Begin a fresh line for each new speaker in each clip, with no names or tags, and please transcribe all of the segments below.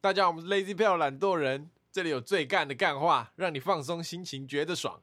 大家好，我们是 Lazy p a l 懒惰人，这里有最干的干话，让你放松心情，觉得爽。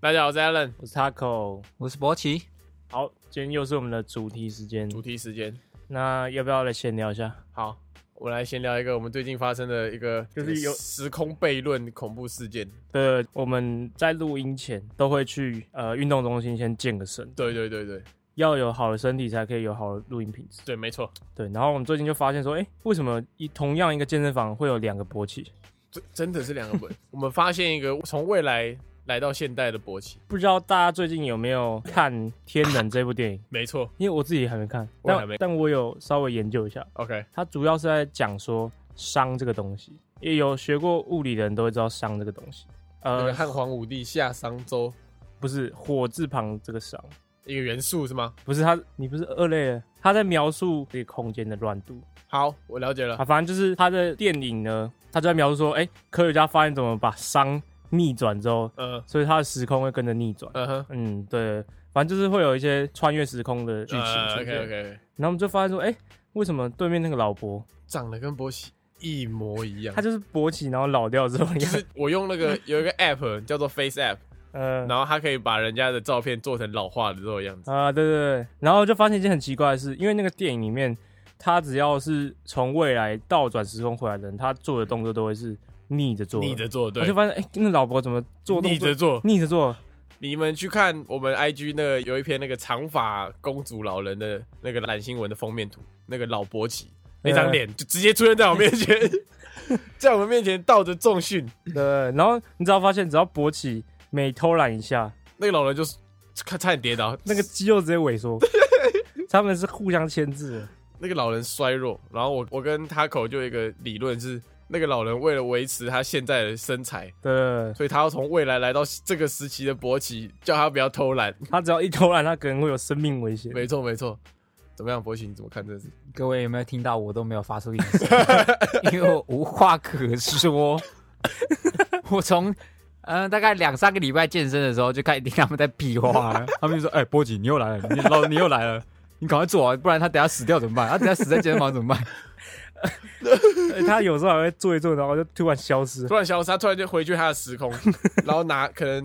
大家好，我是 Alan。
我是 Taco。
我是博奇，
好，今天又是我们的主题时间，
主题时间，
那要不要来闲聊一下？
好，我们来闲聊一个我们最近发生的一个，
就是有
时空悖论恐怖事件。
对，我们在录音前都会去呃运动中心先健个身，
对对对对
要有好的身体才可以有好的录音品质。
对，没错，
对，然后我们最近就发现说，哎、为什么一同样一个健身房会有两个勃起？
这真的是两个本。 我们发现一个从未来来到现代的勃起，？
不知道大家最近有没有看《天能》这部电影
没错。
因为我自己还没看，
我也还
但
没
但我有稍微研究一下，
OK，
它主要是在讲说熵这个东西，也有学过物理的人都会知道熵这个东西。
那
呃
个，汉皇武帝下商周
不是火字旁这个熵，
一个元素是吗？
不是他，你不是二类了。他在描述这个空间的乱度
好，我了解了
啊，。反正就是他的电影呢，他就在描述说，哎、科学家发现怎么把熵逆转之后，
嗯
所以他的时空会跟着逆转。
嗯哼，
嗯，对，反正就是会有一些穿越时空的剧情出
OK
现。
OK，
然后我们就发现说，哎、为什么对面那个老伯，
长得跟勃起一模一样
他。就是勃起然后老掉之后一
就
样，
是嗯我用那个有一个 app 叫做 Face App，
呃，
然后它可以把人家的照片做成老化的这种样子。
啊，对对对，然后就发现一件很奇怪的事，因为那个电影里面，他只要是从未来倒转时空回来的人，他做的动作都会是逆着做的，
逆着做，对
我就，发现，哎、那老伯怎么做动
逆
作
着做。
逆着做？
你们去看我们 IG 那个有一篇那个长发公主老人的那个懒新闻的封面图，那个老勃起那张脸就直接出现在我面 前，在我们面前道着重训，
对，然后你只要发现，只要勃起每偷懒一下，
那个老人就是差差点跌倒，
那个肌肉直接 萎缩，他们是互相牵制的。
那个老人衰弱。然后我我跟他口就有一个理论是，那个老人为了维持他现在的身材，
对，
所以他要从未来来到这个时期的勃起，叫他不要偷懒。
他只要一偷懒，他可能会有生命危险。
没错没错，怎么样，勃起你怎么看这个事？
各位有没有听到？我都没有发出一 声，因为我无话可 说。我从嗯、呃大概两三个礼拜健身的时候就开始听他们在屁话了， 他们就说：“哎、波姐，你又来了，你老你又来了，你赶快做啊，不然他等下死掉怎么办？啊他等下死在健身房怎么办
而且他有时候还会做一做，然后就突然消失。
突然消失，他突然就回去他的时空，然后拿可能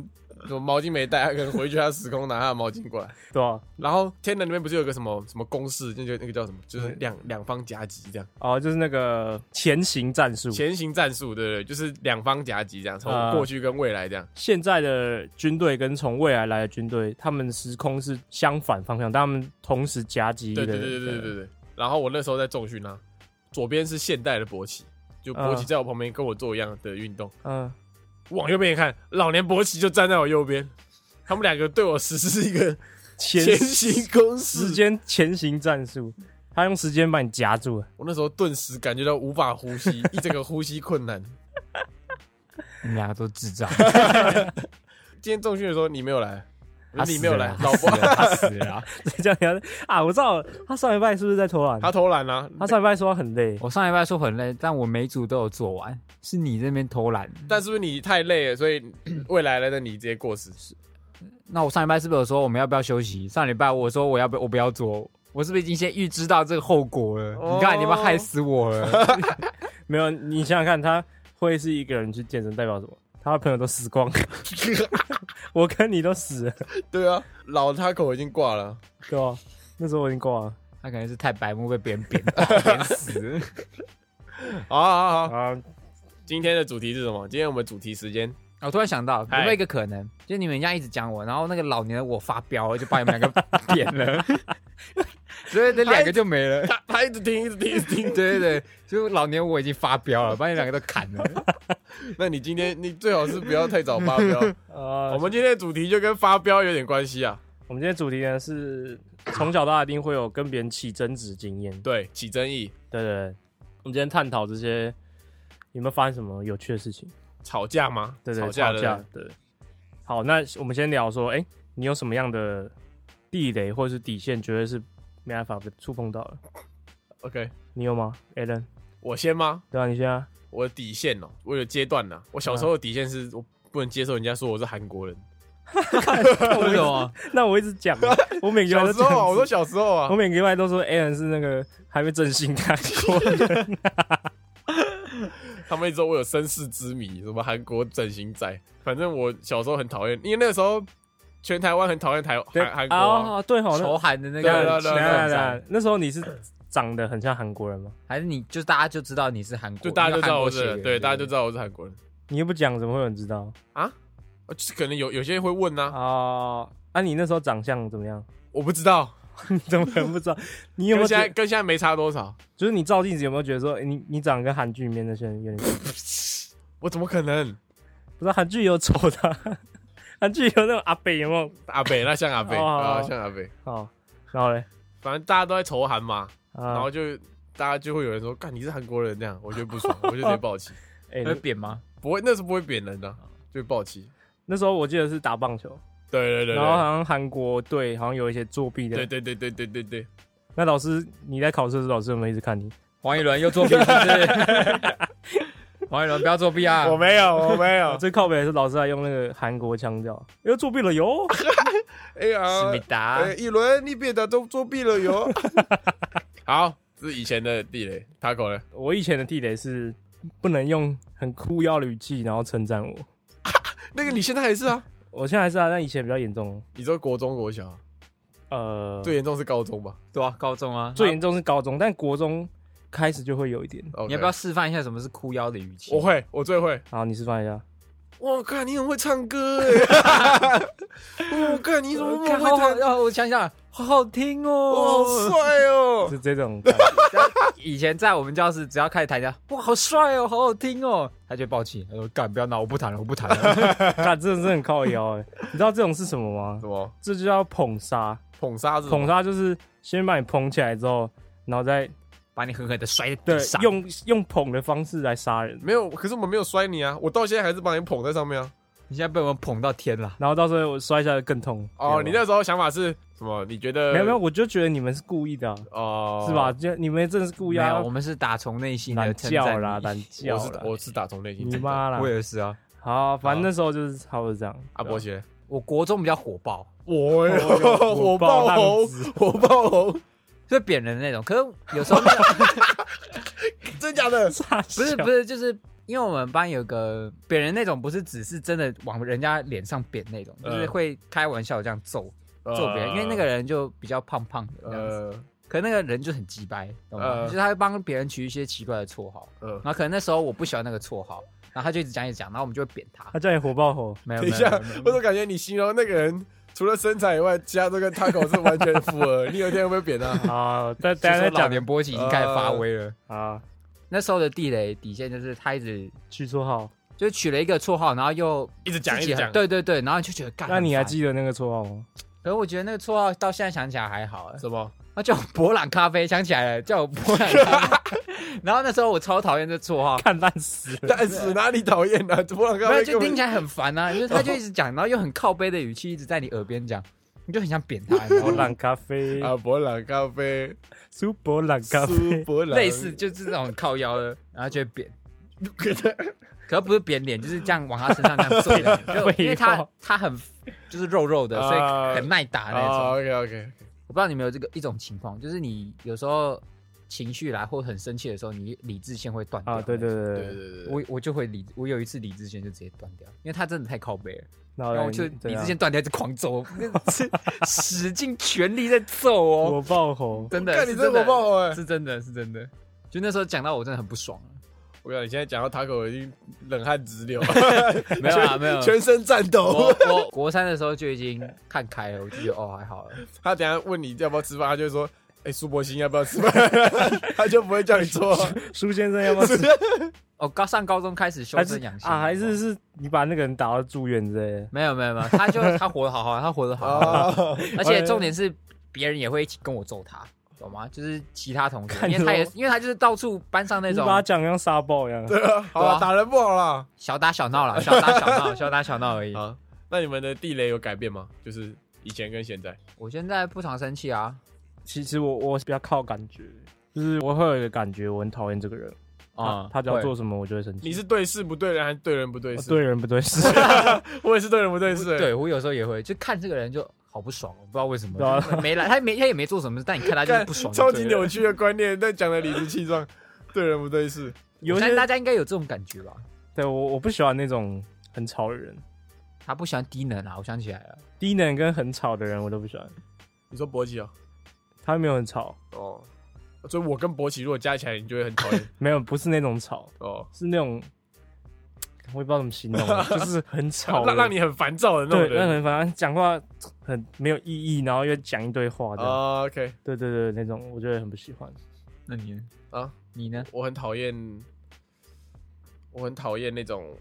什么毛巾没带，他可能回去他的时空拿他的毛巾过来。
对吧、
然后天能那边不是有个什么什么公式，那就那个叫什么，就是两两方夹击这样，
哦，就是那个前行战术。
前行战术，对不对？就是两方夹击这样，从
嗯啊
过去跟未来这样。
现在的军队跟从未来来的军队，他们时空是相反方向，但他们同时夹击的。
对对对对对对对。然后我那时候在重训啊，左边是现代的勃起，就勃起
啊
在我旁边跟我做一样的运动。
嗯，
往右边一看，老年勃起就站在我右边，他们两个对我实施一个
前
前行攻势
时。间前行战术，他用时间把你夹住了。
我那时候顿时感觉到无法呼吸，一整个呼吸困难。？”
你们两个都智障，
今天重训的时候你没有来，
他死
你没有来
了，
老婆
他死了啊。
这样你要啊，我知道了他上礼拜是不是在偷懒？
他偷懒啊啦、
他上礼拜说他很累，
我上礼拜说很累，但我每组都有做完，是你这边偷懒。
但是不是你太累了，所以未来来的你直接过世？
那我上礼拜是不是有说我们要不要休息？上礼拜我说我要不我不要做，我是不是已经先预知到这个后果了？
哦
你看你们害死我了，
没有？你想想看，他会是一个人去健身，代表什么？他的朋友都死光， 我跟你都死了，
对啊，老他口已经挂了。
对吧？那时候我已经挂了
他可能是太白目被别人扁扁死。
好好好好，
啊，
今天的主题是什么？今天我们主题时间，
我突然想到，有
嗨
没有一个可能，就是你们这样一直讲我，然后那个老年的我发飙了，就把你们两个扁了，所以那两个就没了。
他他一直听，一直听，一直
对
听。
对对，就老年我已经发飙了，把你两个都砍了。
那你今天你最好是不要太早发飙。
呃，
我们今天的主题就跟发飙有点关系啊。
我们今天主题呢是从小到大一定会有跟别人起争执经验。
对，起争议、
对对对，我们今天探讨这些有没有发生什么有趣的事情？
吵架吗？
对对，
吵
吵
架的
对。好，那我们先聊说，哎、你有什么样的地雷或是底线，觉得是没办法被触碰到的？
OK，
你有吗，Alan？
我先吗？
对啊，你先啊。
我的底线哦、我有阶段呐、我小时候的底线是我不能接受人家说我是韩国人，
为什么？
那我一直讲啊，我每个礼拜
小
都
时候啊，我
讲
说，小时候
我
啊，
每个礼拜都说 Alan 是那个还没振兴看过的人，
他们一直说我有身世之谜，什么韩国整形仔。反正我小时候很讨厌，因为那个时候全台湾很讨厌台
对
韩韩国啊。
啊，对吼，那
仇韩的那
对啊
个
对啊
等一下等一
对
下
啊，
那时候你是长得很像韩国人吗？
还是你就大家就知道你是韩国，
就大家就知道我
你有韩
是
国血缘
对，大家就知道我是韩国人。
你又不讲，怎么会有人知道？
啊就是可能有有些人会问呐，
啊，啊，你那时候长相怎么样？
我不知道，
你怎么可能不 知道？你有
跟
没有
现
觉
在跟现在没差多少，
就是你照镜子有没有觉得说，诶你你长得跟韩剧里面那些人有点像？
我怎么可能？
不是韩剧有丑的 啊，韩剧有那种阿北有没有？
阿北那像阿北
哦
啊，像阿北，
哦，然后嘞，
反正大家都在仇韩嘛，然
啊
后，就大家就会有人说，干你是韩国人这样，我觉得不
哦
爽，我就直接暴起，
哎、那
会扁吗？
不会，那是不会贬人的，就暴起。
那时候我记得是打棒球，
对对对
然后好像韩国队好像有一些作弊的。
对，对对对对对对，
那老师你在考试的时候，老师有没有一直看你？
黄一伦又作弊是不是？ 黄一伦不要作弊啊！
没有我没
啊、，最靠北的是老师还用那个韩国腔调，又作弊了哟。
哎呀
思密，达
啊
哎，一轮你别打都作弊了 哟。好，这是以前的地雷，Taco 呢？
我以前的地雷是不能用很酷要语气，然后称赞我。
那个你现在还是啊？
我现在还是啊，但以前比较严重。
你说国中国小啊，
呃，
最严重是高中吧？
对啊，高中啊，
最严重是高中，但国中开始就会有一点。
OK
你要不要？示范一下什么是哭腰的语气？
我会，我最会。
好，你示范一下。
我靠，你很会唱歌哎！我靠，你怎么那
看
么
好
会
好
弹？，
哦我想想，好好听
我
哦
好。帅哦！
是这种感
以前在我们教室，只要开始弹一下，哇，好帅哦，好好听哦，他就暴气，他说干，不要闹，我不弹了，我不 弹了。
觉，那真的是很靠腰哎、你知道这种是什么吗
什？么
这就叫捧杀，
捧杀子？
捧杀就是先把你捧起来之后，然后再
把你狠狠的摔在
对
地上。
用用捧的方式来杀人，
没有，可是我们没有摔你啊！我到现在还是把你捧在上面啊！
你现在被我们捧到天了，
然后到时候我摔下来更痛。
哦，你
知道
那时候想法是什么？你觉得
吗没有没有，我就觉得你们是故意的啊、
哦，
是吧？？就你们真的是故
没
意啊
有，！我们是打从内心的
懒
称
觉
赞
啦，
你。
懒
我
觉
是
啦，
我是打从内心
你
真的。
妈啦
我！也是啊，
好，反正
好
那时候就是差不多这样。
阿伯鞋，
我国中比较火爆，
我
火爆浪子，
火爆红，
就扁人的那种。可是有时候那个
真假的？
傻
不是
笑
不是，就是因为我们班有个扁人那种，不是只是真的往人家脸上扁那种，就是
嗯
会开玩笑这样揍揍别人，因为那个人就比较胖胖的这样子。
呃
可那个人就很鸡掰，懂吗？
呃
就是他会帮别人取一些奇怪的绰号，
呃
然，后可能那时候我不喜欢那个绰号，然后他就一直讲一直讲，然后我们就会扁他
他。叫你火爆吼，
没有，
等
没
一
有
下
没有，
我
没有
总感觉你形容那个人除了身材以外，其他都跟 Taco 是完全符合。你有一天会不会扁他？
好，再
就
等下
是
再
老
讲
年波奇
呃
已经开始发威了。
啊，
那时候的地雷底线就是他一直
取绰号。
就取了一个绰号，然后又
一直
自己很，对对对，然后就觉得干。
那你还
很烦？
记得那个绰号吗？
可是我觉得那个绰号到现在想起来还好，哎
什么？
他叫我博朗咖啡，想起来了，叫我博朗咖 啡。然后那时候我超讨厌这绰号，
看烂死了。
但是哪里讨厌啊？波浪哥
没有，
啡
就
根
听 起
本
来很烦啊，就是他就一直讲，然后又很靠背的语气一直在你耳边讲，你就很想 扁他，然后
博朗咖啡，
啊，波浪咖啡，
苏博朗咖
苏
啡，
博朗
类似就是那种靠腰的，然后就会扁，可不是扁脸，就是这样往他身上这样揍 的，就因为
废
他
话
他很就是肉肉的，
啊
所以很耐打那种。
啊，OK OK，
我不知道你们有这个一种情况，就是你有时候情绪来或很生气的时候，你理智线会断掉。
啊，对对。对
对
对，
对对，
我我就会理，我有一次理智线就直接断掉，因为他真的太靠背了，
那
然后我就
怎
理
样
智线断掉，一直狂揍，是使尽全力在揍哦，
我爆 红，
真的，
看
是
你
真
这
的
火爆红哎！
是真的，是真的。就那时候讲到我真的很不爽了，
我跟你讲，你现在讲到 Taco 已经冷汗直 流，
没有 啊，没有。
全身颤抖。
我我国三的时候就已经看开了，我就觉得哦还好了。
他等一下问你要不要吃饭，他就会说：“哎，苏博兴要不要吃饭？”他就不会叫你 做。
苏先生 要不要吃？
哦，刚上高中开始修
还是
身养性哦
啊，还是是你把那个人打到住院之类的？
没有没有没有，他就他活得好好，他活得 好好，
哦，
而且重点是别人也会一起跟我揍他，懂吗？就是其他同学，
看
因为他
着
也
我
因为他就是到处班上那
你
种
把他讲得像沙暴一样，
对啊，好
对
了，
啊
打人不好啦。
小打小闹了，小打小闹，小打小闹而已。
啊，那你们的地雷有改变吗？就是以前跟现在，
我现在不常生气啊，
其实我我比较靠感觉，就是我会有一个感觉，我很讨厌这个人，啊
啊，
他只要做什么我就会生气。
你是对事不对人，还是对人不对
哦
事？
对人不对 事，
我也是对人不对事。
对我有时候也会，就看这个人就好不爽，我不知道为什么，
对啊
就是没来，他没他也没做什么，但你看他就是
干
不爽，
超级扭曲的观念，但讲的理直气 壮，对人不对事。
有一
但
些
大家应该有这种感觉吧？
对我我不喜欢那种很吵的人，
他不喜欢低能啊，我想起来了，
低能跟很吵的人我都不喜欢。
你说博奇哦，
他没有很吵，
哦，所以我跟博奇如果加起来，你就会很讨厌
没有不是那种吵，
哦，
是那种我也不知道怎么形容，啊 就是很吵的，
让让你很烦躁的那
对
种
让
人。
人反正讲话很没有意义，然后又讲一堆话的，
啊，OK，
对对对，那种我觉得很不喜欢。
那你呢
啊？
你呢？
我很讨厌，我很讨厌那种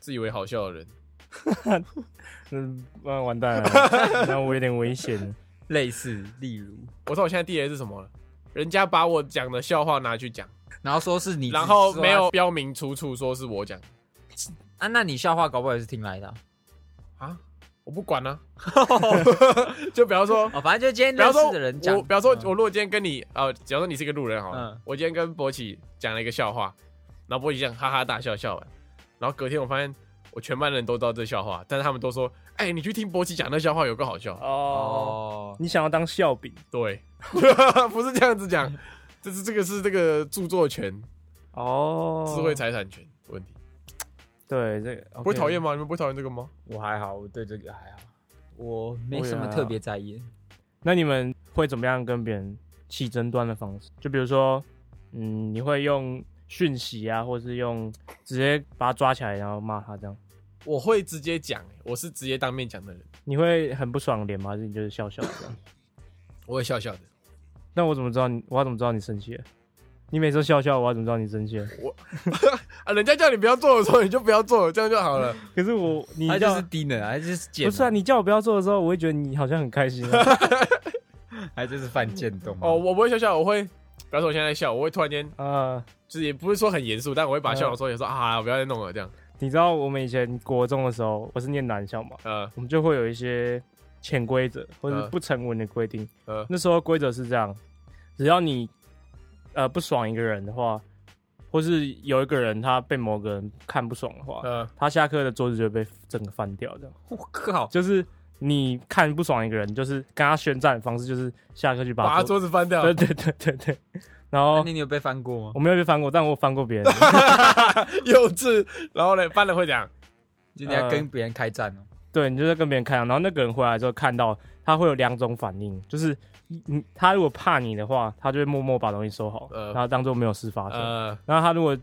自以为好笑的人。
嗯，完完 蛋了，那我有点危险了。
类似，例如，
我知道我现在 D S 是什么了，人家把我讲的笑话拿去讲，
然后说是你，
然后没有标明出处，说是我讲
啊？那你笑话搞不好也是听来的啊
啊，我不管 啊。就比方说，
哦，反正就今天
比方
认
说
识的人讲
我，比方说
嗯
我如果今天跟你呃，假如说你是一个路人好了，
嗯
我今天跟博奇讲了一个笑话，然后博奇这样哈哈大笑笑完，然后隔天我发现我全班人都知道这笑话，但是他们都说，哎、你去听博奇讲那笑话有个好笑，
哦，
哦，
你想要当笑柄
对， 不是这样子讲，这是这个是这个著作权、
哦，
智慧财产权问题，
对这个
不会讨厌吗？你们不会讨厌这个吗？
我还好，我对这个还好，我没
我也
什么
还
特
好
别在意。
那你们会怎么样跟别人起争端的方式？就比如说，嗯，你会用讯息啊，或是用直接把他抓起来，然后骂他这样？
我会直接讲、我是直接当面讲的人，
你会很不爽脸吗？还是你就是笑笑 这样？
我会笑笑的。
那我怎么知道你？我要怎么知道你生气了？你每次都笑笑，我要怎么知道你生气了？
啊，人家叫你不要做的时候，你就不要做，这样就好了。
可是我，你
他就
叫
是低能啊，他就是贱，
不是啊？，你叫我不要做的时候，我会觉得你好像很开心、 啊。
他就是犯贱
嗯
懂吗？
哦，我不会笑笑，我会，比方说我现在在笑，我会突然间
呃，
就是也不是说很严肃，但我会把笑容说也说啊，好啦不要再弄了这样。
你知道我们以前国中的时候，我是念男校嘛，
呃
我们就会有一些潜规则或者
嗯
不成文的规定。
呃，
那时候规则是这样：只要你呃不爽一个人的话，或是有一个人他被某个人看不爽的话，
呃，
他下课的桌子就会被整个翻掉。这样
我靠，
就是你看不爽一个人，就是跟他宣战的方式，就是下课去
把
把
他桌
桌
子翻掉，
对对对对对。然
那
后
你有被翻过吗？
我没有被翻过，但我翻过别人。
幼稚。然后呢，翻了会怎样？
就你
呃
要跟别人开战哦。
对，你就在跟别人看啊，然后那个人回来之后看到他会有两种反应，就是你他如果怕你的话，他就会默默把东西收好，
呃
然后当做没有事发生。
呃，
然后他如果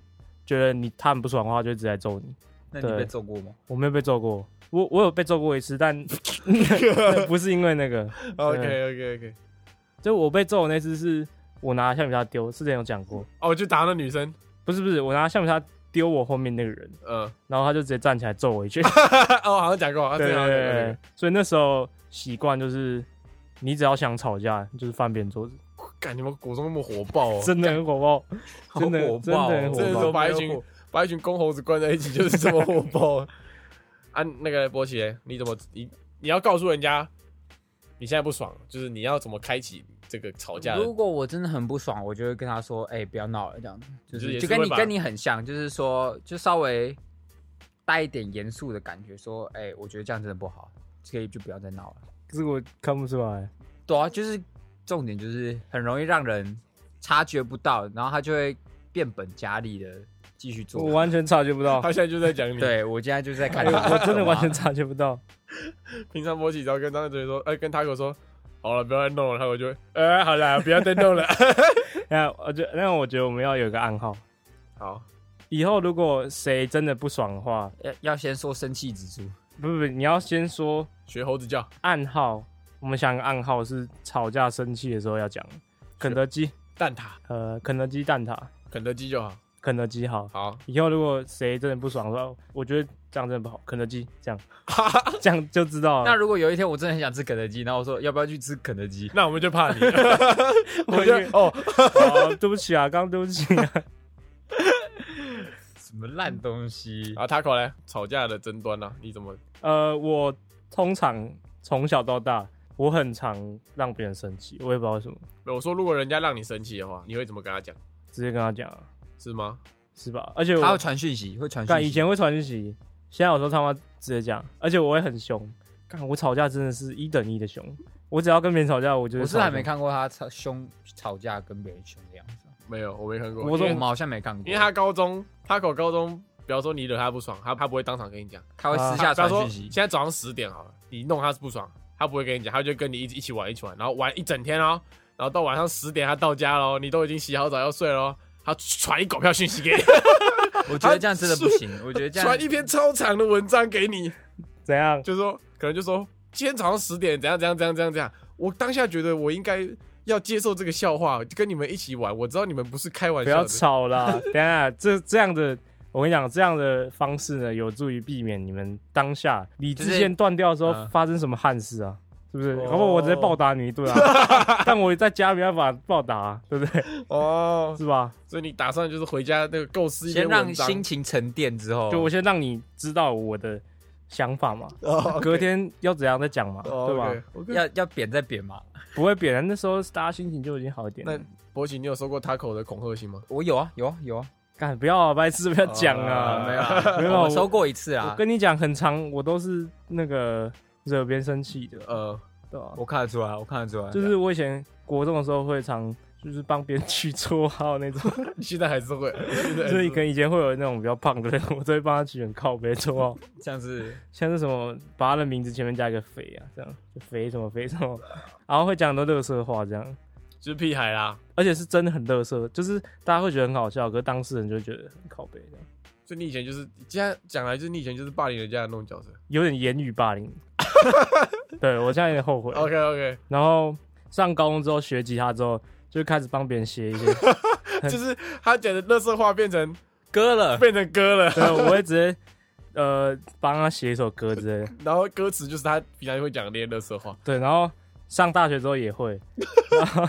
觉得你他很不爽的话，就会直接来揍你。
那
对
你被揍过吗？
我没有被揍过，我我有被揍过一次，但不是因为那个，
OK OK OK。
就我被揍的那次是我拿橡皮擦丢，之前有讲过，
哦，我就打那女生，
不是不是，我拿橡皮擦丢我后面那个人，
呃，
然后他就直接站起来揍我一拳。
哦，好像讲过，啊
对
这
对
个好像讲
对
过
对，所以那时候习惯就是，你只要想吵架，就是翻别人桌子，
这个干你们国中那么火爆哦，
真的很火爆，真的
好火
真的
爆
很
哦，
火
真的
爆
是把一群把一群公猴子关在一起就是这么火爆。啊， 那个波奇嘞，你怎么你你要告诉人家你现在不爽，就是你要怎么开启这个吵架的？
如果我真的很不爽，我就会跟他说：“哎、不要闹了。”这样子，就
就是也是
是就跟
会
你
把
跟你很像，就是说，就稍微带一点严肃的感觉，说：“哎、我觉得这样真的不好，可以就不要再闹了。
可是我看不出来，”
对啊，就是重点就是很容易让人察觉不到，然后他就会变本加厉的继续
我
做。
完全察觉不到
他，现在就在讲你，
对我现在就是在 看
哎
他，
我真的完全察觉不到。
平常波奇只要跟张大嘴说，哎、跟 Taco 说，好了，不要再弄了，他我就会，呃，好了，不要再弄了。
那我觉那我觉得我们要有一个暗号，
好，
以后如果谁真的不爽的话，
要要先说生气指数。
不不不，你要先说
学猴子叫，
暗号。我们想个暗号是吵架生气的时候要讲，肯德基，
蛋挞，
呃，肯德基蛋挞，
肯德基就好。
肯德基好。
好，
以后如果谁真的不爽的话，我觉得这样真的不好。肯德基这样，这样就知道
那
了。
如果有一天我真的很想吃肯德基，然后我说要不要去吃肯德基？
那我们就怕你了，我就哦，
哦，对不起啊，刚刚对不起啊。
什么烂东西？
啊，Taco 嘞，吵架的争端啊，你怎么？
呃，我通常从小到大，我很常让别人生气，我也不知道为什么。
我说，如果人家让你生气的话，你会怎么跟他讲？
直接跟他讲啊，
是吗？
是吧？而且
他会
我
传讯息，会传讯
干
息。
以前会传讯息，现在有时候他妈直接讲，而且我会很凶。干我吵架真的是一等一的凶，我只要跟别人吵架，我就
我
是
是还没
吵
看过他吵凶吵架跟别人凶的样子，
没有，我没看过。
我说
我们好像没看过，
因为他高中，他考高中，比方说你惹他不爽，他他不会当场跟你讲，
他会私
啊他
下
比方
传
说
讯息
现。在早上十点好了，你弄他是不爽，他不会跟你讲，他就跟你一起一起玩一起玩，然后玩一整天哦，然后到晚上十点他到家喽，你都已经洗好澡要睡喽，他传一狗票讯息给你，
我觉得这样真的不行， 我觉得这样
传一篇超长的文章给你，
怎样？
就说可能就说今天早上十点怎样怎样怎样怎样怎样，我当下觉得我应该要接受这个笑话，跟你们一起玩，我知道你们不是开玩
不
笑
要
的，
吵啦！ 等一下这这样的，我跟你讲，这样的方式呢，有助于避免你们当下理智
就是
线断掉的时候
嗯
发生什么憾事啊，是不是？
哦
要不然我直接暴打你一顿啊！但我在家没办法暴打、对不对？
哦，
是吧？
所以你打算就是回家那个构思一篇
先
文
让
章
心。情沉淀之后，
就我先让你知道我的想法嘛，
哦
隔天要怎样再讲嘛，对
吧
吧？
要要扁再扁嘛。
不会扁人，那时候大家心情就已经好一点了
那。博奇，你有收过 Taco 的恐吓信吗？
我有啊，有啊，有啊，
干，不要啊，白痴，不要讲啊！
哦没有
有
没有
我收过一次
我
啊，
跟你讲，很长，我都是那个惹别人生气的，
呃，
对吧？
我看得出来，我看得出来，
就是我以前国中的时候会常就是帮别人取绰号那种，
你 现在还是 会，
就是你可能以前会有那种比较胖的人，我都会帮他取很靠背的绰号，
像是
像是什么把他的名字前面加一个肥啊，这样就肥什么肥什么，然后会讲很多乐色话这样，
就是屁孩啦。
而且是真的很乐色，就是大家会觉得很好笑，可是当事人就会觉得很靠背这样，
所以你以前就是，现在讲来就是你以前就是霸凌人家的那种角色。
有点言语霸凌。对我现在有点后悔。
OK OK，
然后上高中之后学吉他之后，就开始帮别人写一些
就是他讲的乐色话变成
割 了，
变成歌了，
对，我会直接呃帮他写一首歌之类的。
然后歌词就是他平常会讲的那些乐色话。
对，然后上大学之后也会， 然后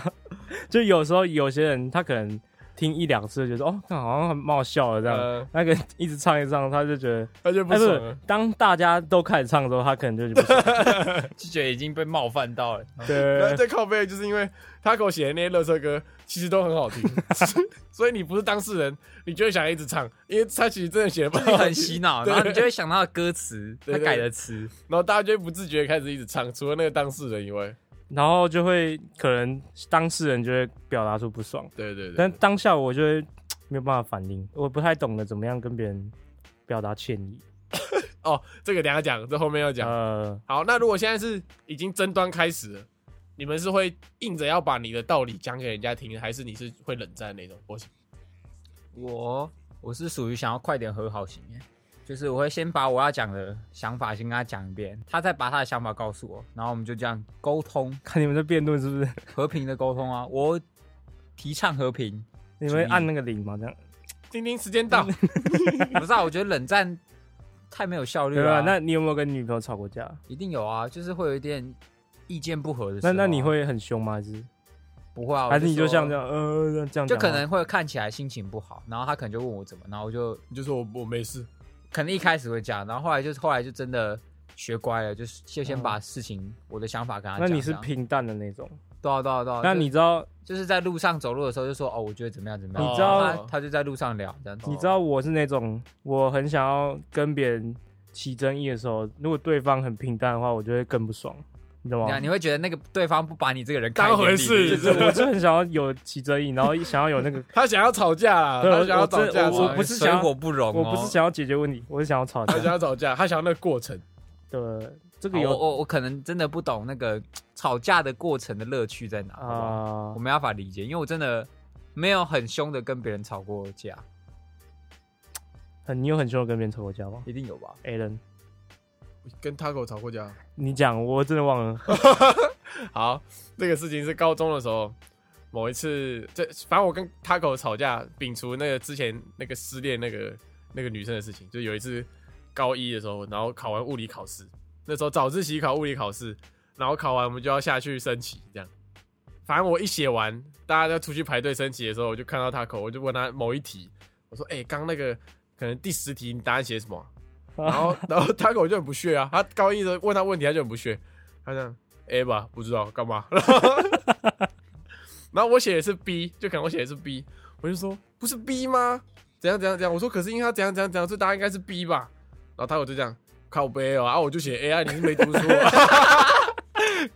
就有时候有些人他可能听一两次就觉得哦，看好像蛮好笑的这
嗯
样。
呃，
那个一直唱一直唱，他就觉得，
他就不
哎，不
爽啊
是
了。，
当大家都开始唱的时候，他可能就觉得，
就觉得已经被冒犯 到了。
然后
对，
最靠背哎就是因呃为他给我写的那些乐色歌其实都很 好听，所以你不是当事人，你就会想一直唱，因为他其实真的写的不
就是
好
很
听。
洗脑，
对
然后你就会想到歌词，
对
他
对
改的词，
然后大家就会不自觉地开始一直唱，除了那个当事人以外，
然后就会可能当事人就会表达出不爽，
对对对。
但当下我就会没有办法反应，我不太懂得怎么样跟别人表达歉意，
哦，这个等一下讲，这后面要讲。
呃，
好，那如果现在是已经争端开始了，你们是会硬着要把你的道理讲给人家听，还是你是会冷战的那种？我
我我是属于想要快点和好型耶，就是我会先把我要讲的想法先跟他讲一遍，他再把他的想法告诉我，然后我们就这样沟通，
看你们在辩论是不是？
和平的沟通啊，我提倡和平。
你们会按那个铃吗？这样
叮叮，时间到，
嗯
不是啊，我觉得冷战太没有效 率
对
了
吧？
啊、
那你有没有跟女朋友吵过架？
一定有啊，就是会有一点意见不合的时候
那
啊、
那你会很凶吗？还是
不会啊？
还是你
我
就
说
像这，样呃这样讲话？
就可能会看起来心情不好，然后他可能就问我怎么，然后我就
你就说我我没事。
可能一开始会这样，然后后来就后来就真的学乖了，就是就先把事情、我的想法跟他
哦那
啊讲。
你是
这样
平淡的那种。
对啊对啊对啊。
那
就
你知道
就是在路上走路的时候就说哦，我觉得怎么样怎么样，
你知道
然后他他就在路上聊这样子。哦
你知道我是那种我很想要跟别人起争议的时候，如果对方很平淡的话，我就会更不爽，你懂
你
吗
看？你会觉得那个对方不把你这个人看
当回
眼里
事
就是
我就很想要有起争议，然后想要有那个，
他想要吵架啦，
对
他
我
想要吵架
我真
啦，
不是想要
水火不容、哦，
我不是想要解决问题，我是想要吵
他
架。
想要吵架，他想要那个过程。
对，这个
好我
有
我我可能真的不懂那个吵架的过程的乐趣在哪，好不好
啊
我，没办法理解，因为我真的没有很凶的跟别人吵过架，
很你有很凶的跟别人吵过架吗
一定有吧？
？Alan，
跟 Taco 吵过架。
你讲，我真的忘了。
好，这个事情是高中的时候，某一次，这反正我跟 Taco 吵架，摒除那个之前那个失恋那个那个女生的事情，就有一次高一的时候，然后考完物理考试，那时候早自习考物理考试，然后考完我们就要下去升旗，这样。反正我一写完，大家在出去排队升旗的时候，我就看到 Taco，我就问他某一题，我说：“哎、刚那个可能第十题你答案写什么啊、然后然后 Taco 就很不屑啊，他高一的问他问题他就很不屑，他这样 A 吧，不知道干嘛。然后然后我写的是 B，就可能我写的是 B，我就说不是 B 吗？怎样怎样怎样？我说可是因为他怎样怎样怎样，所以答案应该是 B 吧？然后他我就这样靠背哦，啊我就写 A 啊，你是没读书、啊，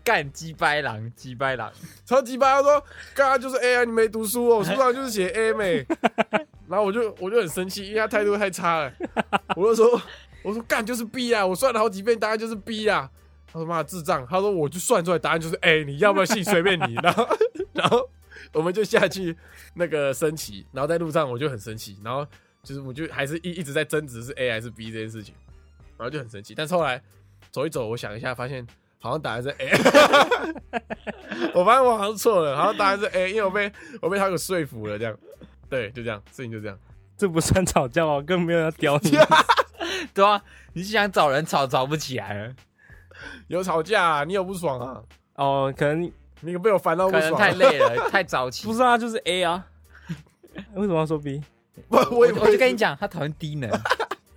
干鸡掰狼，鸡掰狼，
超级白，他说刚刚就是 A 啊，你没读书哦，我书上就是写 A 妹，然后我就我就很生气，因为他态度太差了，我就说我说干就是 B 啊，我算了好几遍，答案就是 B 啊。他说妈智障，他说我就算出来答案就是 A，你要不要信随便你，然后然后我们就下去那个升旗，然后在路上我就很生气，然后就是我就还是一一直在争执是 A 还是 B 这件事情，然后就很生气。但是后来走一走，我想一下，发现好像答案是 A，我 发现我好像错了，好像答案是 A，因为我被 我被他给说服了，这样对，就这样，事情就这样。
这不算吵架啊，更没有人要屌 你。
对啊，你是想找人吵吵不起来了，
有吵架、啊，你有不爽啊？
哦，可能
你被我烦到
可
不
能
爽、啊
太累了，太早起。
不是啊，就是 A 啊。为什么要说 B？
我
我
我也
我就跟你讲，他讨厌 低能，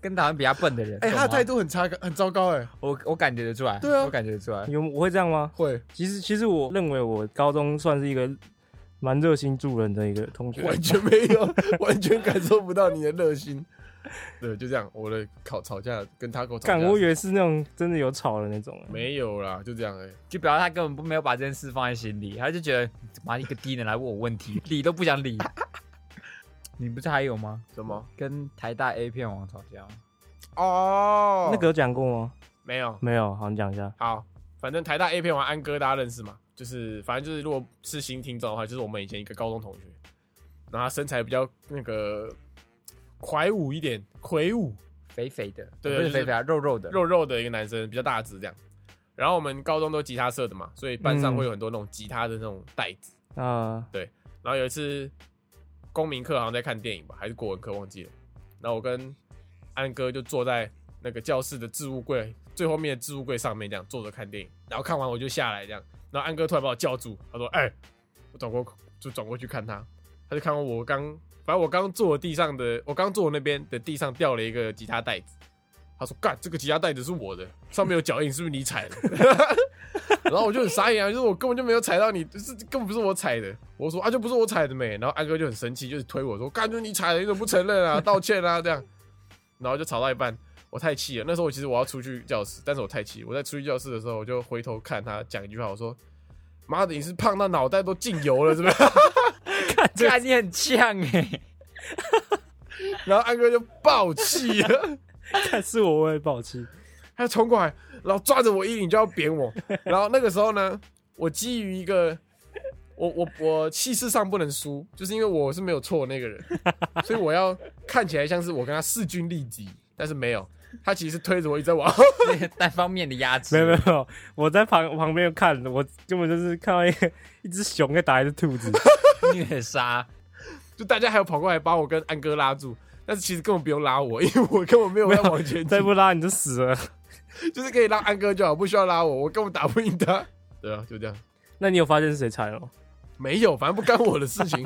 跟讨厌比他笨的人。
哎、他的
懂吗啊
态度很差，很糟糕哎、
我我感觉得出来，
对啊
我感觉得出来。
你们我会这样吗？
会
其实，其实我认为我高中算是一个蛮热心助人的一个同 学。
完全没有，完全感受不到你的热 心。对，就这样，我的吵吵架跟他跟我吵架
干，我以为是那种真的有吵的那种。
没有啦，就这样哎、
就表示他根本不没有把这件事放在心里，他就觉得妈一个低能来问我问题， 理都不想 理。你不是还有吗？
什么？
跟台大 A 片王吵架吗，
哦，
那个有讲过吗？
没有。
没有，好，你讲一下。
好，反正台大 A 片王安哥大家认识嘛，就是反正就是如果是新听众的话，就是我们以前一个高中同学，然后他身材比较那个嗯魁梧一点，魁梧
肥肥的，
对
不
就是是
肥肥啊，肉肉 的，
肉肉的一个男生，比较大只这样。然后我们高中都吉他社的嘛，所以班上
嗯
会有很多那种吉他的那种袋子。
啊、
然后有一次公民课好像在看电影吧，还是国文课忘记了。然后我跟安哥就坐在那个教室的置物柜最后面的置物柜上面，这样坐着看电影。然后看完我就下来这样，然后安哥突然把我叫住，他说：“哎、我转过 就转过去看他，他就看到我刚，反正我刚坐的地上的，我刚坐的那边的地上掉了一个吉他袋子。”他说：“干，这个吉他袋子是我的，上面有脚印，是不是你踩的？”然后我就很傻眼啊，就是我根本就没有踩到你，就是根本不是我踩的。我说啊，就不是我踩的没。然后安哥就很生气，就是推我说，干，就是你踩的，你怎么不承认啊？道歉啊，这样。然后就吵到一半，我太气了。那时候我其实我要出去教室，但是我太气。我在出去教室的时候，我就回头看他，讲一句话，我说：“妈的，你是胖到脑袋都进油了，是不 是
这你很呛哎、 欸，？”
然后安哥就爆气了。
但是我我也暴气。
他就冲过来，然后抓着我衣领就要扁我。 然后那个时候呢，我基于一个我我我气势上不能输，就是因为我是没有错的那个人，所以我要看起来像是我跟他势均力敌，但是没有，他其实是推着我一直在往后。
这个单方面的压 制，
没有没有没有，我在旁旁边看，我根本就是看到一个一只熊在打一只兔 子。
虐杀，
就大家还有跑过来把我跟安哥拉住，但是其实根本不用拉我，因为我根本没有在往 前
再
进，
不拉你就死了。
就是可以拉安哥就好，不需要拉我，我根本打不赢他。对啊，就这样，
那你有发现是谁踩了吗？
没有，反正不干我的事情。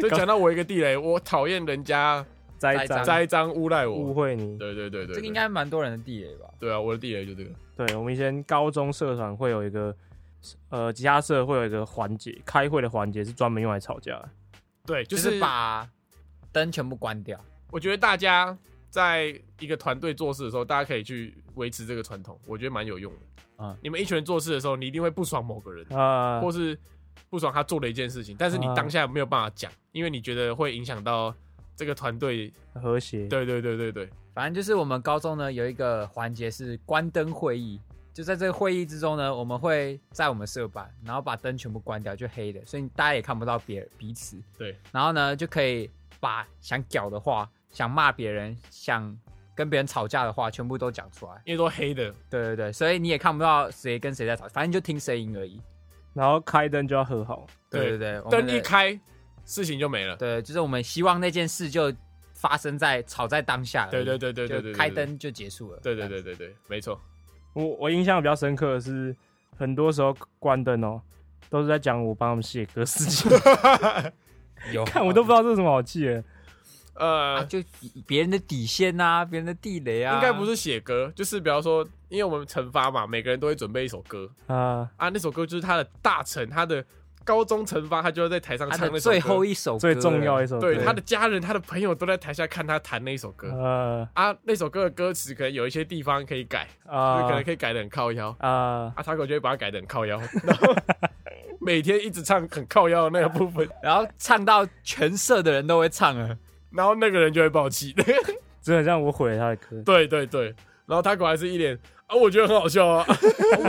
就讲到我一个地雷，我讨厌人家
栽
栽赃
栽赃诬赖我，
误会你。
对对对对，
这个应
对
该蛮多人的地雷吧？
对啊，我的地雷就这个。
对，我们以前高中社团会有一个，呃，吉他社会有一个环节，开会的环节是专门用来吵架的。
对，
就
就是是
把灯全部关掉，
我觉得大家在一个团队做事的时候，大家可以去维持这个传统，我觉得蛮有用的。
嗯
你们一群人做事的时候，你一定会不爽某个人，
啊、
或是不爽他做了一件事情，但是你
啊
当下没有办法讲，因为你觉得会影响到这个团队。
和谐。
对对对对对，
反正就是我们高中呢有一个环节是关灯会议，就在这个会议之中呢，我们会在我们社办，然后把灯全部关掉，就黑的，所以大家也看不到别彼此。
对，
然后呢就可以把想屌的话、想骂别人、想跟别人吵架的话，全部都讲出来。
因为都黑的，
对对对，所以你也看不到谁跟谁在吵，反正就听声音而已。
然后开灯就要和好。
对
对
对哦对，我们
灯
的
一开，事情就没了。
对，就是我们希望那件事就发生在吵在当下而
对
已。
对对对对对，对
就开。灯就结束了。
对对对对对，没错。
我我印象比较深刻的是，很多时候关灯哦，都是在讲我帮他们写歌事情。
对，有
看我都不知道这是什么好气的。
呃
啊，，就别人的底线啊，别人的地雷啊，
应该不是写歌，就是比方说，因为我们惩罚嘛，每个人都会准备一首歌
啊、
啊，那首歌就是他的大成，他的高中惩罚，他就要在台上
他
唱那
的
首歌欸
最后一首歌
最重要一首歌，
对他的家人、他的朋友都在台下看他弹那一首
嗯
歌
呃
啊。那首歌的歌词可能有一些地方可以改，就是可能
啊
可以改的很靠腰。
啊
啊，他可就会把它改的很靠腰，然后每天一直唱很靠腰的那个部分，
然后唱到全社的人都会 唱了，
然后那个人就会爆气。
真的让我毁了他的歌。
对对对，然后他果然是一脸啊，我觉得很好笑啊，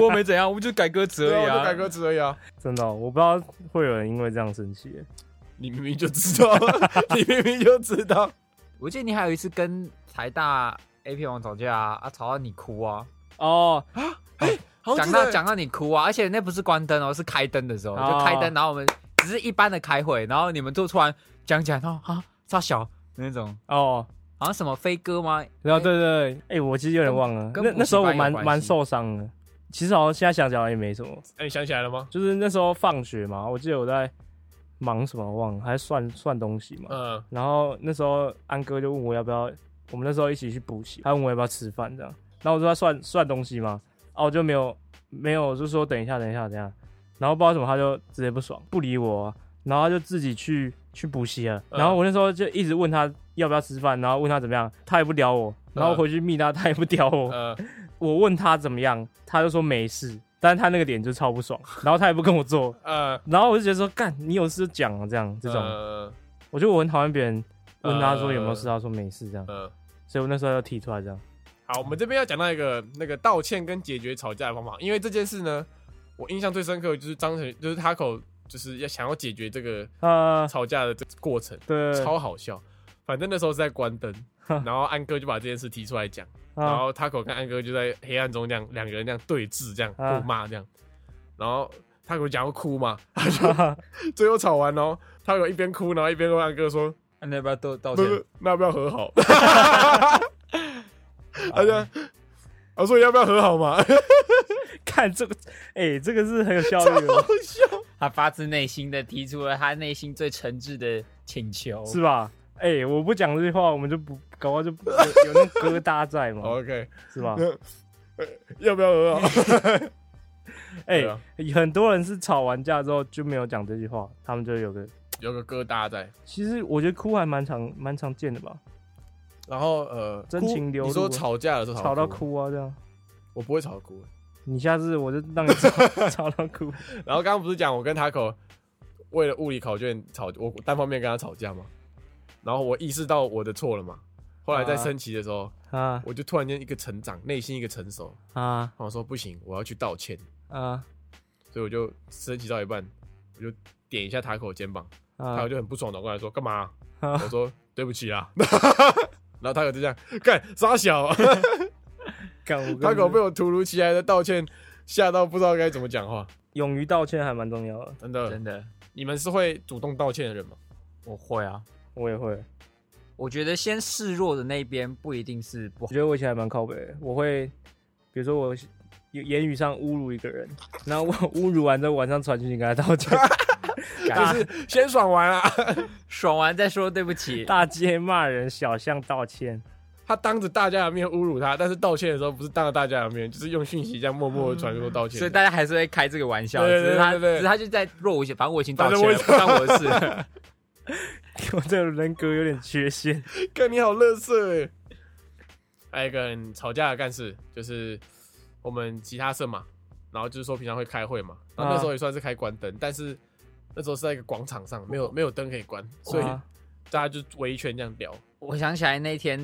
我没怎样，我就改歌词
对
而已
啊，我就
啊。
改歌词而已啊。
真的哦、我不知道会有人因为这样生气耶。
你明明就知 道，你明明就知道，
我记得你还有一次跟台大 A 片王吵架啊，啊吵到你哭啊，
哦，
好像
讲
记
到
得
讲到你哭啊，而且那不是关灯哦，是开灯的时候，
哦
就开灯，然后我们只是一般的开会，然后你们就突然讲讲，然后啊超小那种，
哦，
好像什么飞鸽吗？
然后对对对，哎、我其实有点忘了，
跟
那
跟
那时候
补
我
习
蛮
班有关系
蛮受伤的。其实好像现在想起来也没什么，
哎，你想起来了吗？
就是那时候放学嘛，我记得我在忙什么我忘了，还在算算东西嘛。
嗯，
哦
然后那时候安哥就问我要不要，我们那时候一起去补习，他问我要不要吃饭这样。然后我就在算算东西嘛，啊，我就没有没有，我就说等一下等一下等一下。然后不知道怎么他就直接不爽，不理我啊、然后他就自己去去补习了。
嗯
然后我那时候就一直问他要不要吃饭，然后问他怎么样，他也不聊我。然后回去密他，他也不屌我。
呃，
我问他怎么样，他就说没事，但是他那个脸就超不爽，然后他也不跟我做。
呃，
然后我就觉得说，干，你有事就讲啊，这样这种。
呃，
我觉得我很讨厌别人问他说有没有事，他说没事这样，
呃，
所以我那时候要提出来这样。
好，我们这边要讲到一个那个道歉跟解决吵架的方法，因为这件事呢，我印象最深刻的就是张成，就是 Taco，就是要想要解决这个
啊，呃
吵架的这个过程，
对，
超好笑。反正那时候是在关 灯，然后安哥就把这件事提出来讲。然
啊
后 Taco 跟安哥就在黑暗中这样两个人这样对峙，这样
啊
互骂这样，然后 Taco 讲要哭 嘛，他就最后吵完哦，Taco 一边哭，然后一边跟安哥说
啊那要不要道：“道
不是， 那要不要和好？”他就我啊说要不要和好嘛？
看这个，哎，这个是很有效率的，
他发自内心的提出了他内心最诚挚的请求，
是吧？哎，我不讲这句话，我们就不，搞不好就不有有那疙瘩在嘛，
OK，
是吧？
要不要和好？
哎
对啊，
很多人是吵完架之后就没有讲这句话，他们就有个。
有个疙瘩在。
其实我觉得哭还蛮常蛮常见的吧，
然后呃，
真
哭
情流露
你
啊
说吵架的时候
吵到，哭啊这样。
我不会吵哭。
你下次我就让你吵 吵到 哭。
然后刚刚不是讲我跟 Taco 为了物理考卷吵，我单方面跟他吵架嘛，然后我意识到我的错了嘛，后来在升旗的时候，
啊
我就突然间一个成长，内心一个成熟，
啊
然后说不行，我要去道歉，
啊
所以我就升旗到一半，我就点一下 Taco 肩膀
啊
，Taco！就很不爽，转过来说干嘛？
啊
我说对不起啊， 然后 Taco 就这样干傻 小
干我根
，Taco
本
被我突如其来的道歉吓到不知道该怎么讲话，
勇于道歉还蛮重要的，
真的，
真的，
你们是会主动道歉的人吗？
我会啊。
我也会。
我觉得先示弱的那边不一定是不
我
好，
觉得我以前还蛮靠北的，我会，比如说我有言语上侮辱一个人，然后我 侮辱完之后晚上传讯息跟他道歉，
就
就是
是先爽完啊，
爽完再说对不起。
大街骂人，小巷道歉，
他当着大家的面侮辱他，但是道歉的时候不是当着大家的面，就是用讯息这样默默的传说道歉。
所以大家还是会开这个玩笑，
对对
只是他
对对对
只是他就在弱我一些，反正我已经道
反
歉
正
了，不关我的 事。
我这个人格有点缺陷。
看你好乐色哎！还有一个很吵架的干事，就是我们吉他社嘛，然后就是说平常会开会嘛，然后那时候也算是开关灯，但是那时候是在一个广场上，没有没有灯可以关，所以
啊
大家就围一圈这样聊。
我想起来那天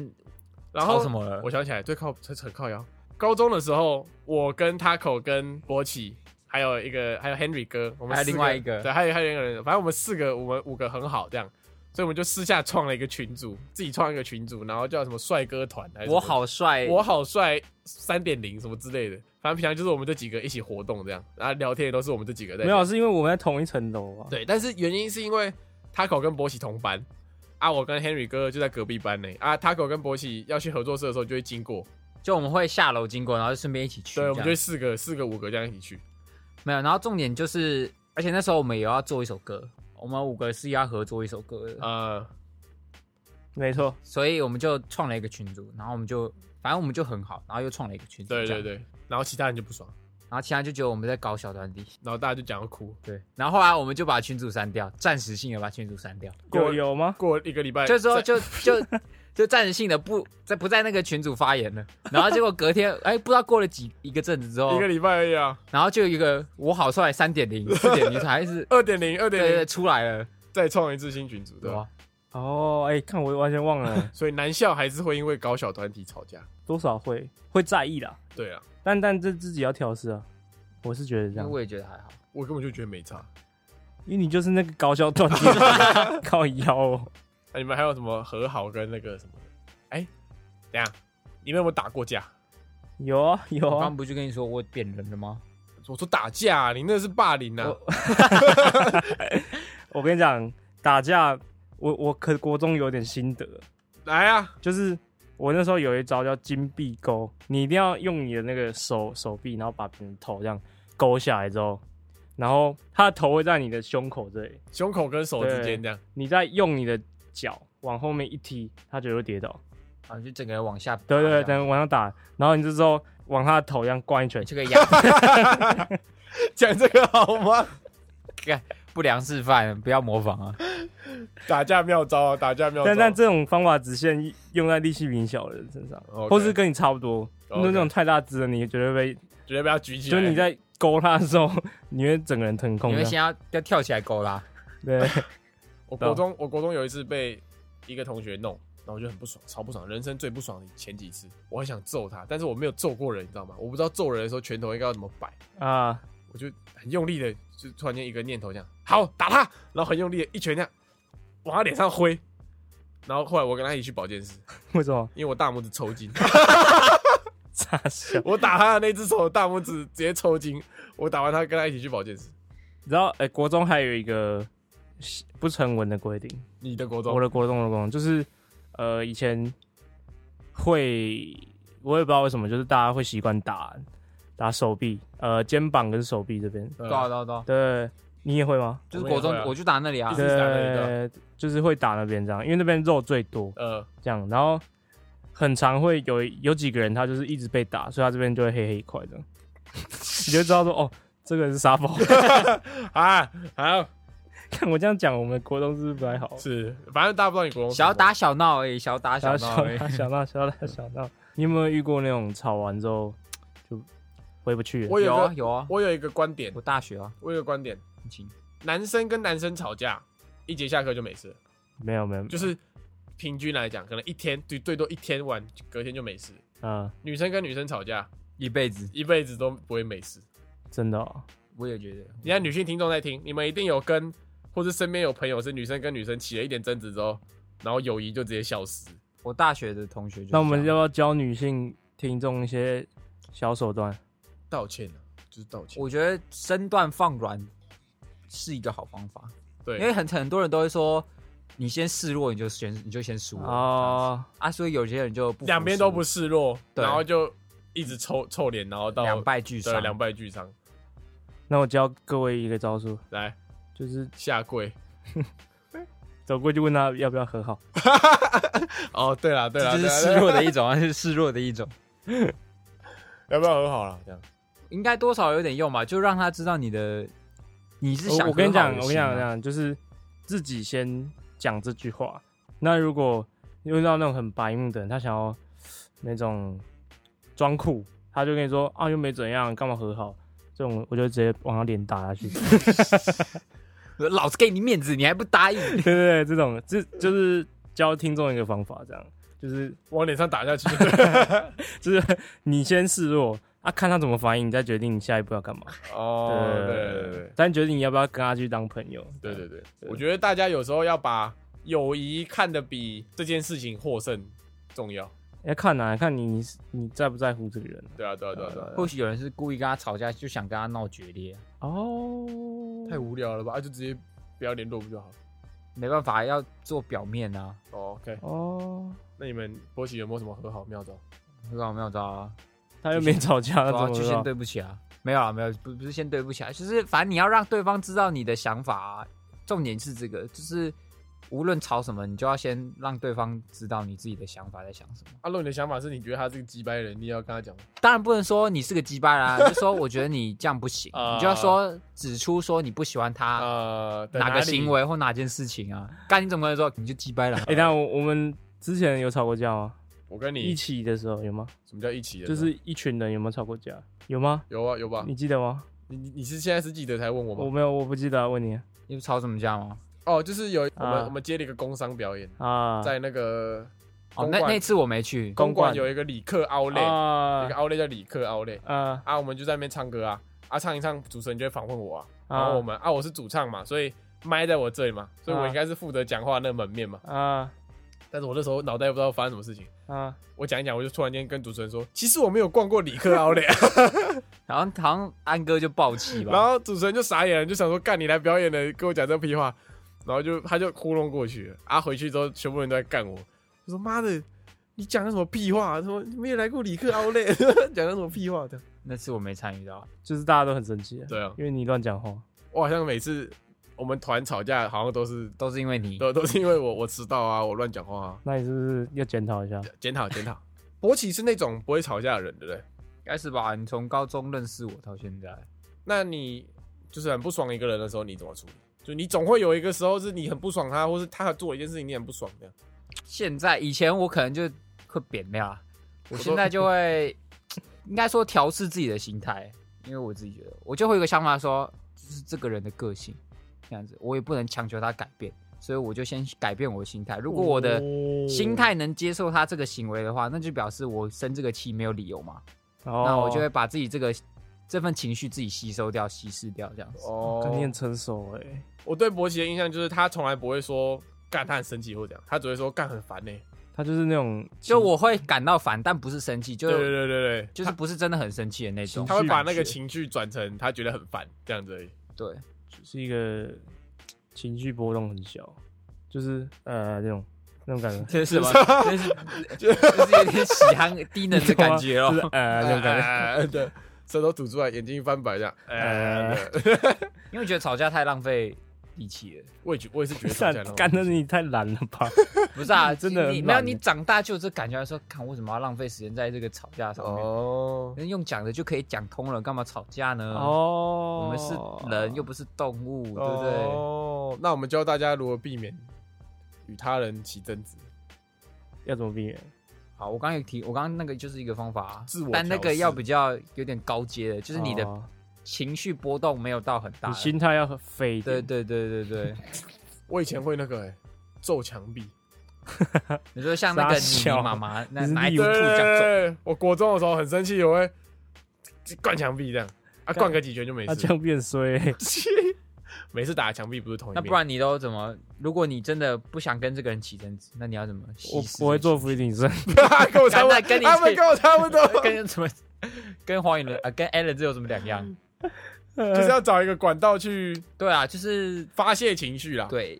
然后
吵什么了
我想起来，最靠很很靠腰。高中的时候，我跟 Taco 跟博奇，还有一个还有 Henry 哥，我们
还有
四
另外一个
对，还有还有一个人，反正我们四个，我们五个很好这样，所以我们就私下创了一个群组，自己创一个群组，然后叫什么帅哥团，还是什么
我好帅，
我好帅三点零什么之类的，反正平常就是我们这几个一起活动这样，然后聊天也都是我们这几个在
没有，是因为我们在同一层楼啊。
对，但是原因是因为 Taco 跟博喜同班啊，我跟 Henry 哥就在隔壁班呢啊，Taco 跟博喜要去合作社的时候就会经过。
就我们会下楼经过，然后就顺便一起去这
对，
样。
我们就四个、四个、五个这样一起去。
没有。然后重点就是，而且那时候我们也要做一首歌，我们五个是要合作一首歌的，
呃，
没错，
所以我们就创了一个群组，然后我们就反正我们就很好，然后又创了一个群组。
对
这
对
样
对，然后其他人就不爽，
然后其他就觉得我们在搞小团体，
然后大家就讲要哦哭。
对，然后后来我们就把群主删掉，暂时性的把群主删掉，
有有吗？
过一个礼拜，
就是说
在
就就就暂时性的不在不在那个群主发言了，然后结果隔天哎、不知道过了几一个阵子之后
一，个礼拜而已啊，
然后就有一个我好帅三点零四点零还是
二点零，二
对对
点
对
零，
出来了，
再创一次新群组，对啊
对
吧？
吧？
哦，哎、看我完全忘 了
所以男校还是会因为搞小团体吵架。
多少会会在意啦，
对啊，
但但这自己要调试啊。我是觉得这
因为
样，
我也觉得还好，
我根本就觉得没差。啊
因为你就是那个搞笑段子，靠腰、哦。
那你们还有什么和好跟那个什么？哎，等一下，你们有没有打过架？
有啊有
我
啊
刚，不就跟你说我变人了吗？
我说打架、你那是霸凌啊！
我跟你讲，打架，我我可国中有点心得，
来啊，
就是我那时候有一招叫金币钩，你一定要用你的那个手手臂，然后把别人头这样勾下来之后，然后他的头会在你的胸口这里，
胸口跟手之间这样，
你再用你的脚往后面一踢，他就会跌倒。
啊，就整个人往下爬这
对
样，
对对，等往上打，然后你这时候往他的头这样灌一拳，
这个样
讲这个好吗？
不良示范，不要模仿啊！
打架妙招啊，打架妙招。
但但这种方法只限用在力气比你小的人身上
OK
或是跟你差不多，
OK
那种太大只的你绝对被，
绝对被他举起
就
来。
是你在勾他的时候，你会整个人腾空这
你
样。
们先要要跳起来勾啦，
对，
我国中，我国中有一次被一个同学弄，然后我就很不爽，超不爽，人生最不爽的前几次，我很想揍他，但是我没有揍过人，你知道吗？我不知道揍人的时候拳头应该要怎么摆，
啊，
我就很用力的，就突然间一个念头这样，好打他，然后很用力的一拳这样往他脸上挥，然后后来我跟他一起去保健室，
为什么？
因为我大拇指抽筋，
傻笑。
我打他的那只手大拇指直接抽筋，我打完他跟他一起去保健室。
你知道，哎、国中还有一个不成文的规定，
你的国中
我的国中我的国中就是，呃，以前会，我也不知道为什么，就是大家会习惯打打手臂，呃，肩膀跟手臂这边。
对
对
啊
啊对啊对啊，
对，你也会吗？
就是国中
我也会啊
我就打那里啊
一，直打那个，
就是会打那边这样，因为那边肉最多，
呃，
这样，然后很常会有有几个人他就是一直被打，所以他这边就会黑黑一块这样， 你就知道说，哦，这个人是沙包。
啊，好
看我这样讲，我们国中是不是不太好？
是，反正大家不知道你国中
小打小闹而已，小打
小
小
小
闹 而已。啊
打小闹，小打小闹。你有没有遇过那种吵完之后就回不去了？
我有
有
一
啊
个
有啊，
我有一个观点
我，大学啊，
我有一个观点，
很轻
男生跟男生吵架，一节下课就没事了，
没有没有，
嗯就是平均来讲，可能一天最最多一天玩，隔天就没事。
嗯，
女生跟女生吵架，
一辈子，
一辈子都不会没事。
真的哦。
我也觉得。
你看女性听众在听，你们一定有跟或是身边有朋友是女生跟女生起了一点争执之后，然后友谊就直接消失。
我大学的同学就是这
那我
样，
们要不要教女性听众一些小手段？
道歉啊，就是道歉。
我觉得身段放软是一个好方法，
对，
因为很很多人都会说，你先示弱，你就先你就先输了啊
哦，
啊，所以有些人就不服
两边都不
输
示弱，
对
然后就一直臭臭脸，然后到
哦两败俱
对
伤，
两败俱伤。
那我教各位一个招数，
来
就是
下跪。
走过去问他要不要和好。
哦，对了对了，
这就是
对啦
示弱的一种啊， 这是示弱的一种，
要不要和好了？这样
应该多少有点用吧，就让他知道你的你是想
呃我我跟你
和好
讲，
的
我跟你
心啊
讲，这样就是自己先讲这句话。那如果遇到那种很白目的人，他想要那种装酷，他就跟你说啊，又没怎样，干嘛和好？这种我就直接往他脸打下 去。
老子给你面子，你还不 答应，
对对对，这种这就是教听众一个方法，这样就是
往脸上打 下去。
就是 你先示弱啊，看他怎么反应，你再决定你下一步要干嘛。
哦，对对对对
但决定你要不要跟他去当朋友。
对对对，我觉得大家有时候要把友谊看得比这件事情获胜重要。
要看啊，看你你在不在乎这个人
对啊，对啊，对啊，对啊，
或许有人是故意跟他吵架，就想跟他闹决裂，啊
哦。
太无聊了吧？啊就直接不要联络不就好了
没办法，要做表面啊，
哦？OK，
哦，
那你们波奇有没有什么和好妙招？
知道没有知道啊？
他又没吵架，
对
他
啊，
怎
就
么
先
了？
对不起啊，没有啊，没有，不不是先对不起啊，就是反正你要让对方知道你的想法、啊，重点是这个，就是无论吵什么，你就要先让对方知道你自己的想法在想什么。
阿啊洛，你的想法是你觉得他是个鸡掰人，你也要跟他讲吗
当然不能说你是个鸡巴啦，就说我觉得你这样不行，
啊
你就要说指出说你不喜欢他
呃的
啊哪
哪
个
里
行为或哪件事情啊。干你怎么可能说你就 鸡掰了？
哎、等一下我我们之前有吵过架吗？
我跟你
一起的时候有吗？
什么叫一起人啊？
就是一群人有没有吵过架？有吗？
有啊有吧？
你记得吗？
你你你是现在是记者才问我
我
吗？
没有，我不记得、啊。问你啊
你不吵什么架吗？
哦，就是有我们
啊
我们接了一个工商表演，
啊，
在那个
哦，
公
那
馆
那次我没去，
公
公
馆
馆
有一个里克奥莱，
啊
有一个奥莱叫里克奥莱
啊
啊，我们就在那边唱歌啊啊，唱一唱，主持人就会访问我啊，然
啊
后我们啊我是主唱嘛，所以麦在我这里嘛，所以我应该是负责讲话那个门面嘛，
啊
但是我那时候脑袋不知道发生什么事情。
啊！
我讲一讲，我就突然间跟主持人说，其实我没有逛过里克奥莱，
然后好像安哥就暴气
然
吧。
后主持人就傻眼了，就想说干你来表演的，跟我讲这屁话，然后就他就糊弄过去了啊，回去之后全部人都在干我，就说妈的，你讲的什么屁话？他说你没有来过里克奥莱， 讲的什么屁话的？
那次我没参与到，
就是大家都很生气啊，
对啊，
因为你乱讲话。
我好像每次我们团吵架好像都是
都是因为你。
都都是因为我我迟到啊，我乱讲话啊，
那你是不是要检讨一下？
检讨检讨。博奇是那种不会吵架的人，对不对？
应该是吧？你从高中认识我到现在，
那你就是很不爽一个人的时候，你怎么处理？就你总会有一个时候是你很不爽他，或是他做了一件事情你很不爽的。
现在以前我可能就会扁掉啊，我
说
现在就会应该说调试自己的心态，因为我自己觉得我就会有一个想法说，就是这个人的个性这样子，我也不能强求他改变，所以我就先改变我的心态。如果我的
哦
心态能接受他这个行为的话，那就表示我生这个气没有理由嘛，
哦
那我就会把自己这个这份情绪自己吸收掉、稀释掉这样子。
哦
感觉很成熟哎。
我对博奇的印象就是他从来不会说干他很生气或怎样，他只会说干很烦欸呢、
他就是那种
就我会感到烦，但不是生气，就
对对对对对，
就是不是真的很生气的那种
他。会把那个情绪转成他觉得很烦这样子而已。
对，
就是一个情绪波动很小，就是呃那种那种感觉，
这是什么？ 这是就是有点喜憨低能的感觉
就是
哦。
呃那种感觉。
哎对，舌头吐出来，眼睛一翻白这样。哎、
因为觉得吵架太浪费力气了。
我也觉我也是觉 得吵架那
干
种
干的你太懒了 吧？
不是啊，
真的很
你没有
懒
你长大就有这感觉，说看为什么要浪费时间在这个吵架上面？
哦，
人用讲的就可以讲通了，干嘛吵架呢？
哦
嗯我们是人又不是动物，对不对？
哦，那我们教大家如何避免与他人起争执。
要怎么避免？
好，我刚刚有提，我刚刚那个就是一个方法啊
自我，
但那
调
个
试
要比较有点高阶的，就是你的
哦
情绪波动没有到很大
你
的。
心态要很飞一
对
点。
对对对对，
我以前会那个、欸、揍墙壁，
你说像那
傻
个你
笑
妈妈那
你是
拿一
利
只
物
兔
浦
讲走，
对，我国中的时候很生气，我会灌墙壁这样，啊，灌个几拳就没
他
事
这。样变 衰欸，
每次打的墙壁不是同一
那
面，
不然你都怎么？如果你真的不想跟这个人起争执，那你要怎么？
我我会做，俯卧撑，
跟我差不多，
干那跟你
他们跟我差不多，
跟什么？跟黄雨伦啊，跟 Allen 这有什么两样？
就是要找一个管道去
对啊，就是
发泄情绪啦，
对，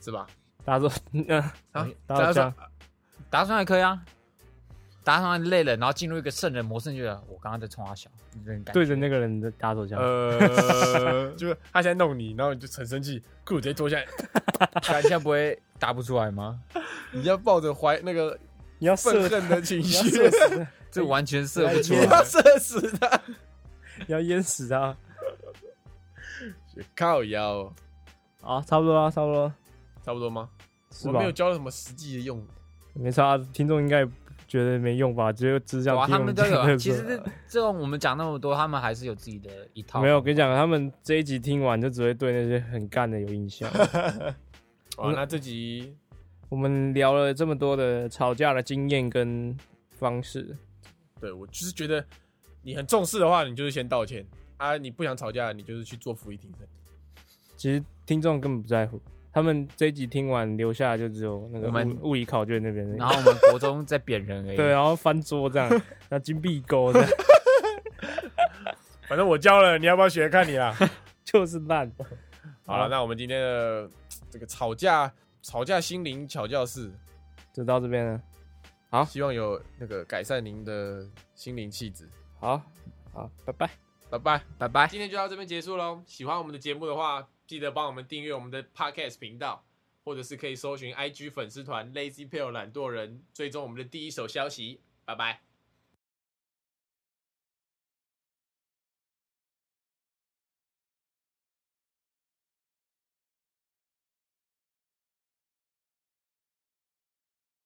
是吧？
打坐， 嗯
啊
打手
说
枪，
打算还可以啊。打算累了，然后进入一个圣人模式，你就觉得我刚刚在冲他笑，你这种感觉
对着那个人的打手 枪，
呃，就是他现在弄你，然后你就很生气，裤子直接脱下来，
感觉不会答不出 来吗？
你要抱着怀那个
你要
愤
射，
恨的情
你要
绪，
射死他，
这完全射不出
你
来
要。射死他，
你要淹死他。
靠腰，
啊，差不多啊，差不多，
差不多吗？
是
我
吧
没有？教什么实际的用，
没差，听众应该觉得没用吧？只有只想
哇，
听
他
我们
们都有
讲
啊。
乐
其
色
实 这这种我们讲那么多，他们还是有自己的一套。
没有，我跟你讲，他们这一集听完就只会对那些很干的有印象。
哇，啊那这集
我们聊了这么多的吵架的经验跟方式，
对我就是觉得你很重视的话，你就是先道歉啊；你不想吵架，你就是去做福利庭审。
其实听众根本不在乎。他们这一集听完留下来就只有那个
我们
物物理考卷那边而已，
然后我们国中在扁人而已。
对，然啊后翻桌 这样，然后金币钩这样，
反正我教了，你要不要学？看你啦。
就是烂。
好了，那我们今天的这个吵架吵架心灵巧教室，
就到这边了。
希望有那个改善您的心灵气质。
好，好，拜拜。
拜拜，
拜拜。
今天就到这边结束喽。喜欢我们的节目的话，记得帮我们订阅我们的 Podcast 频道，或或者是可以搜寻 IG 粉丝团 Lazy p a l e 懒惰人，追踪我们的第一手消息。拜拜。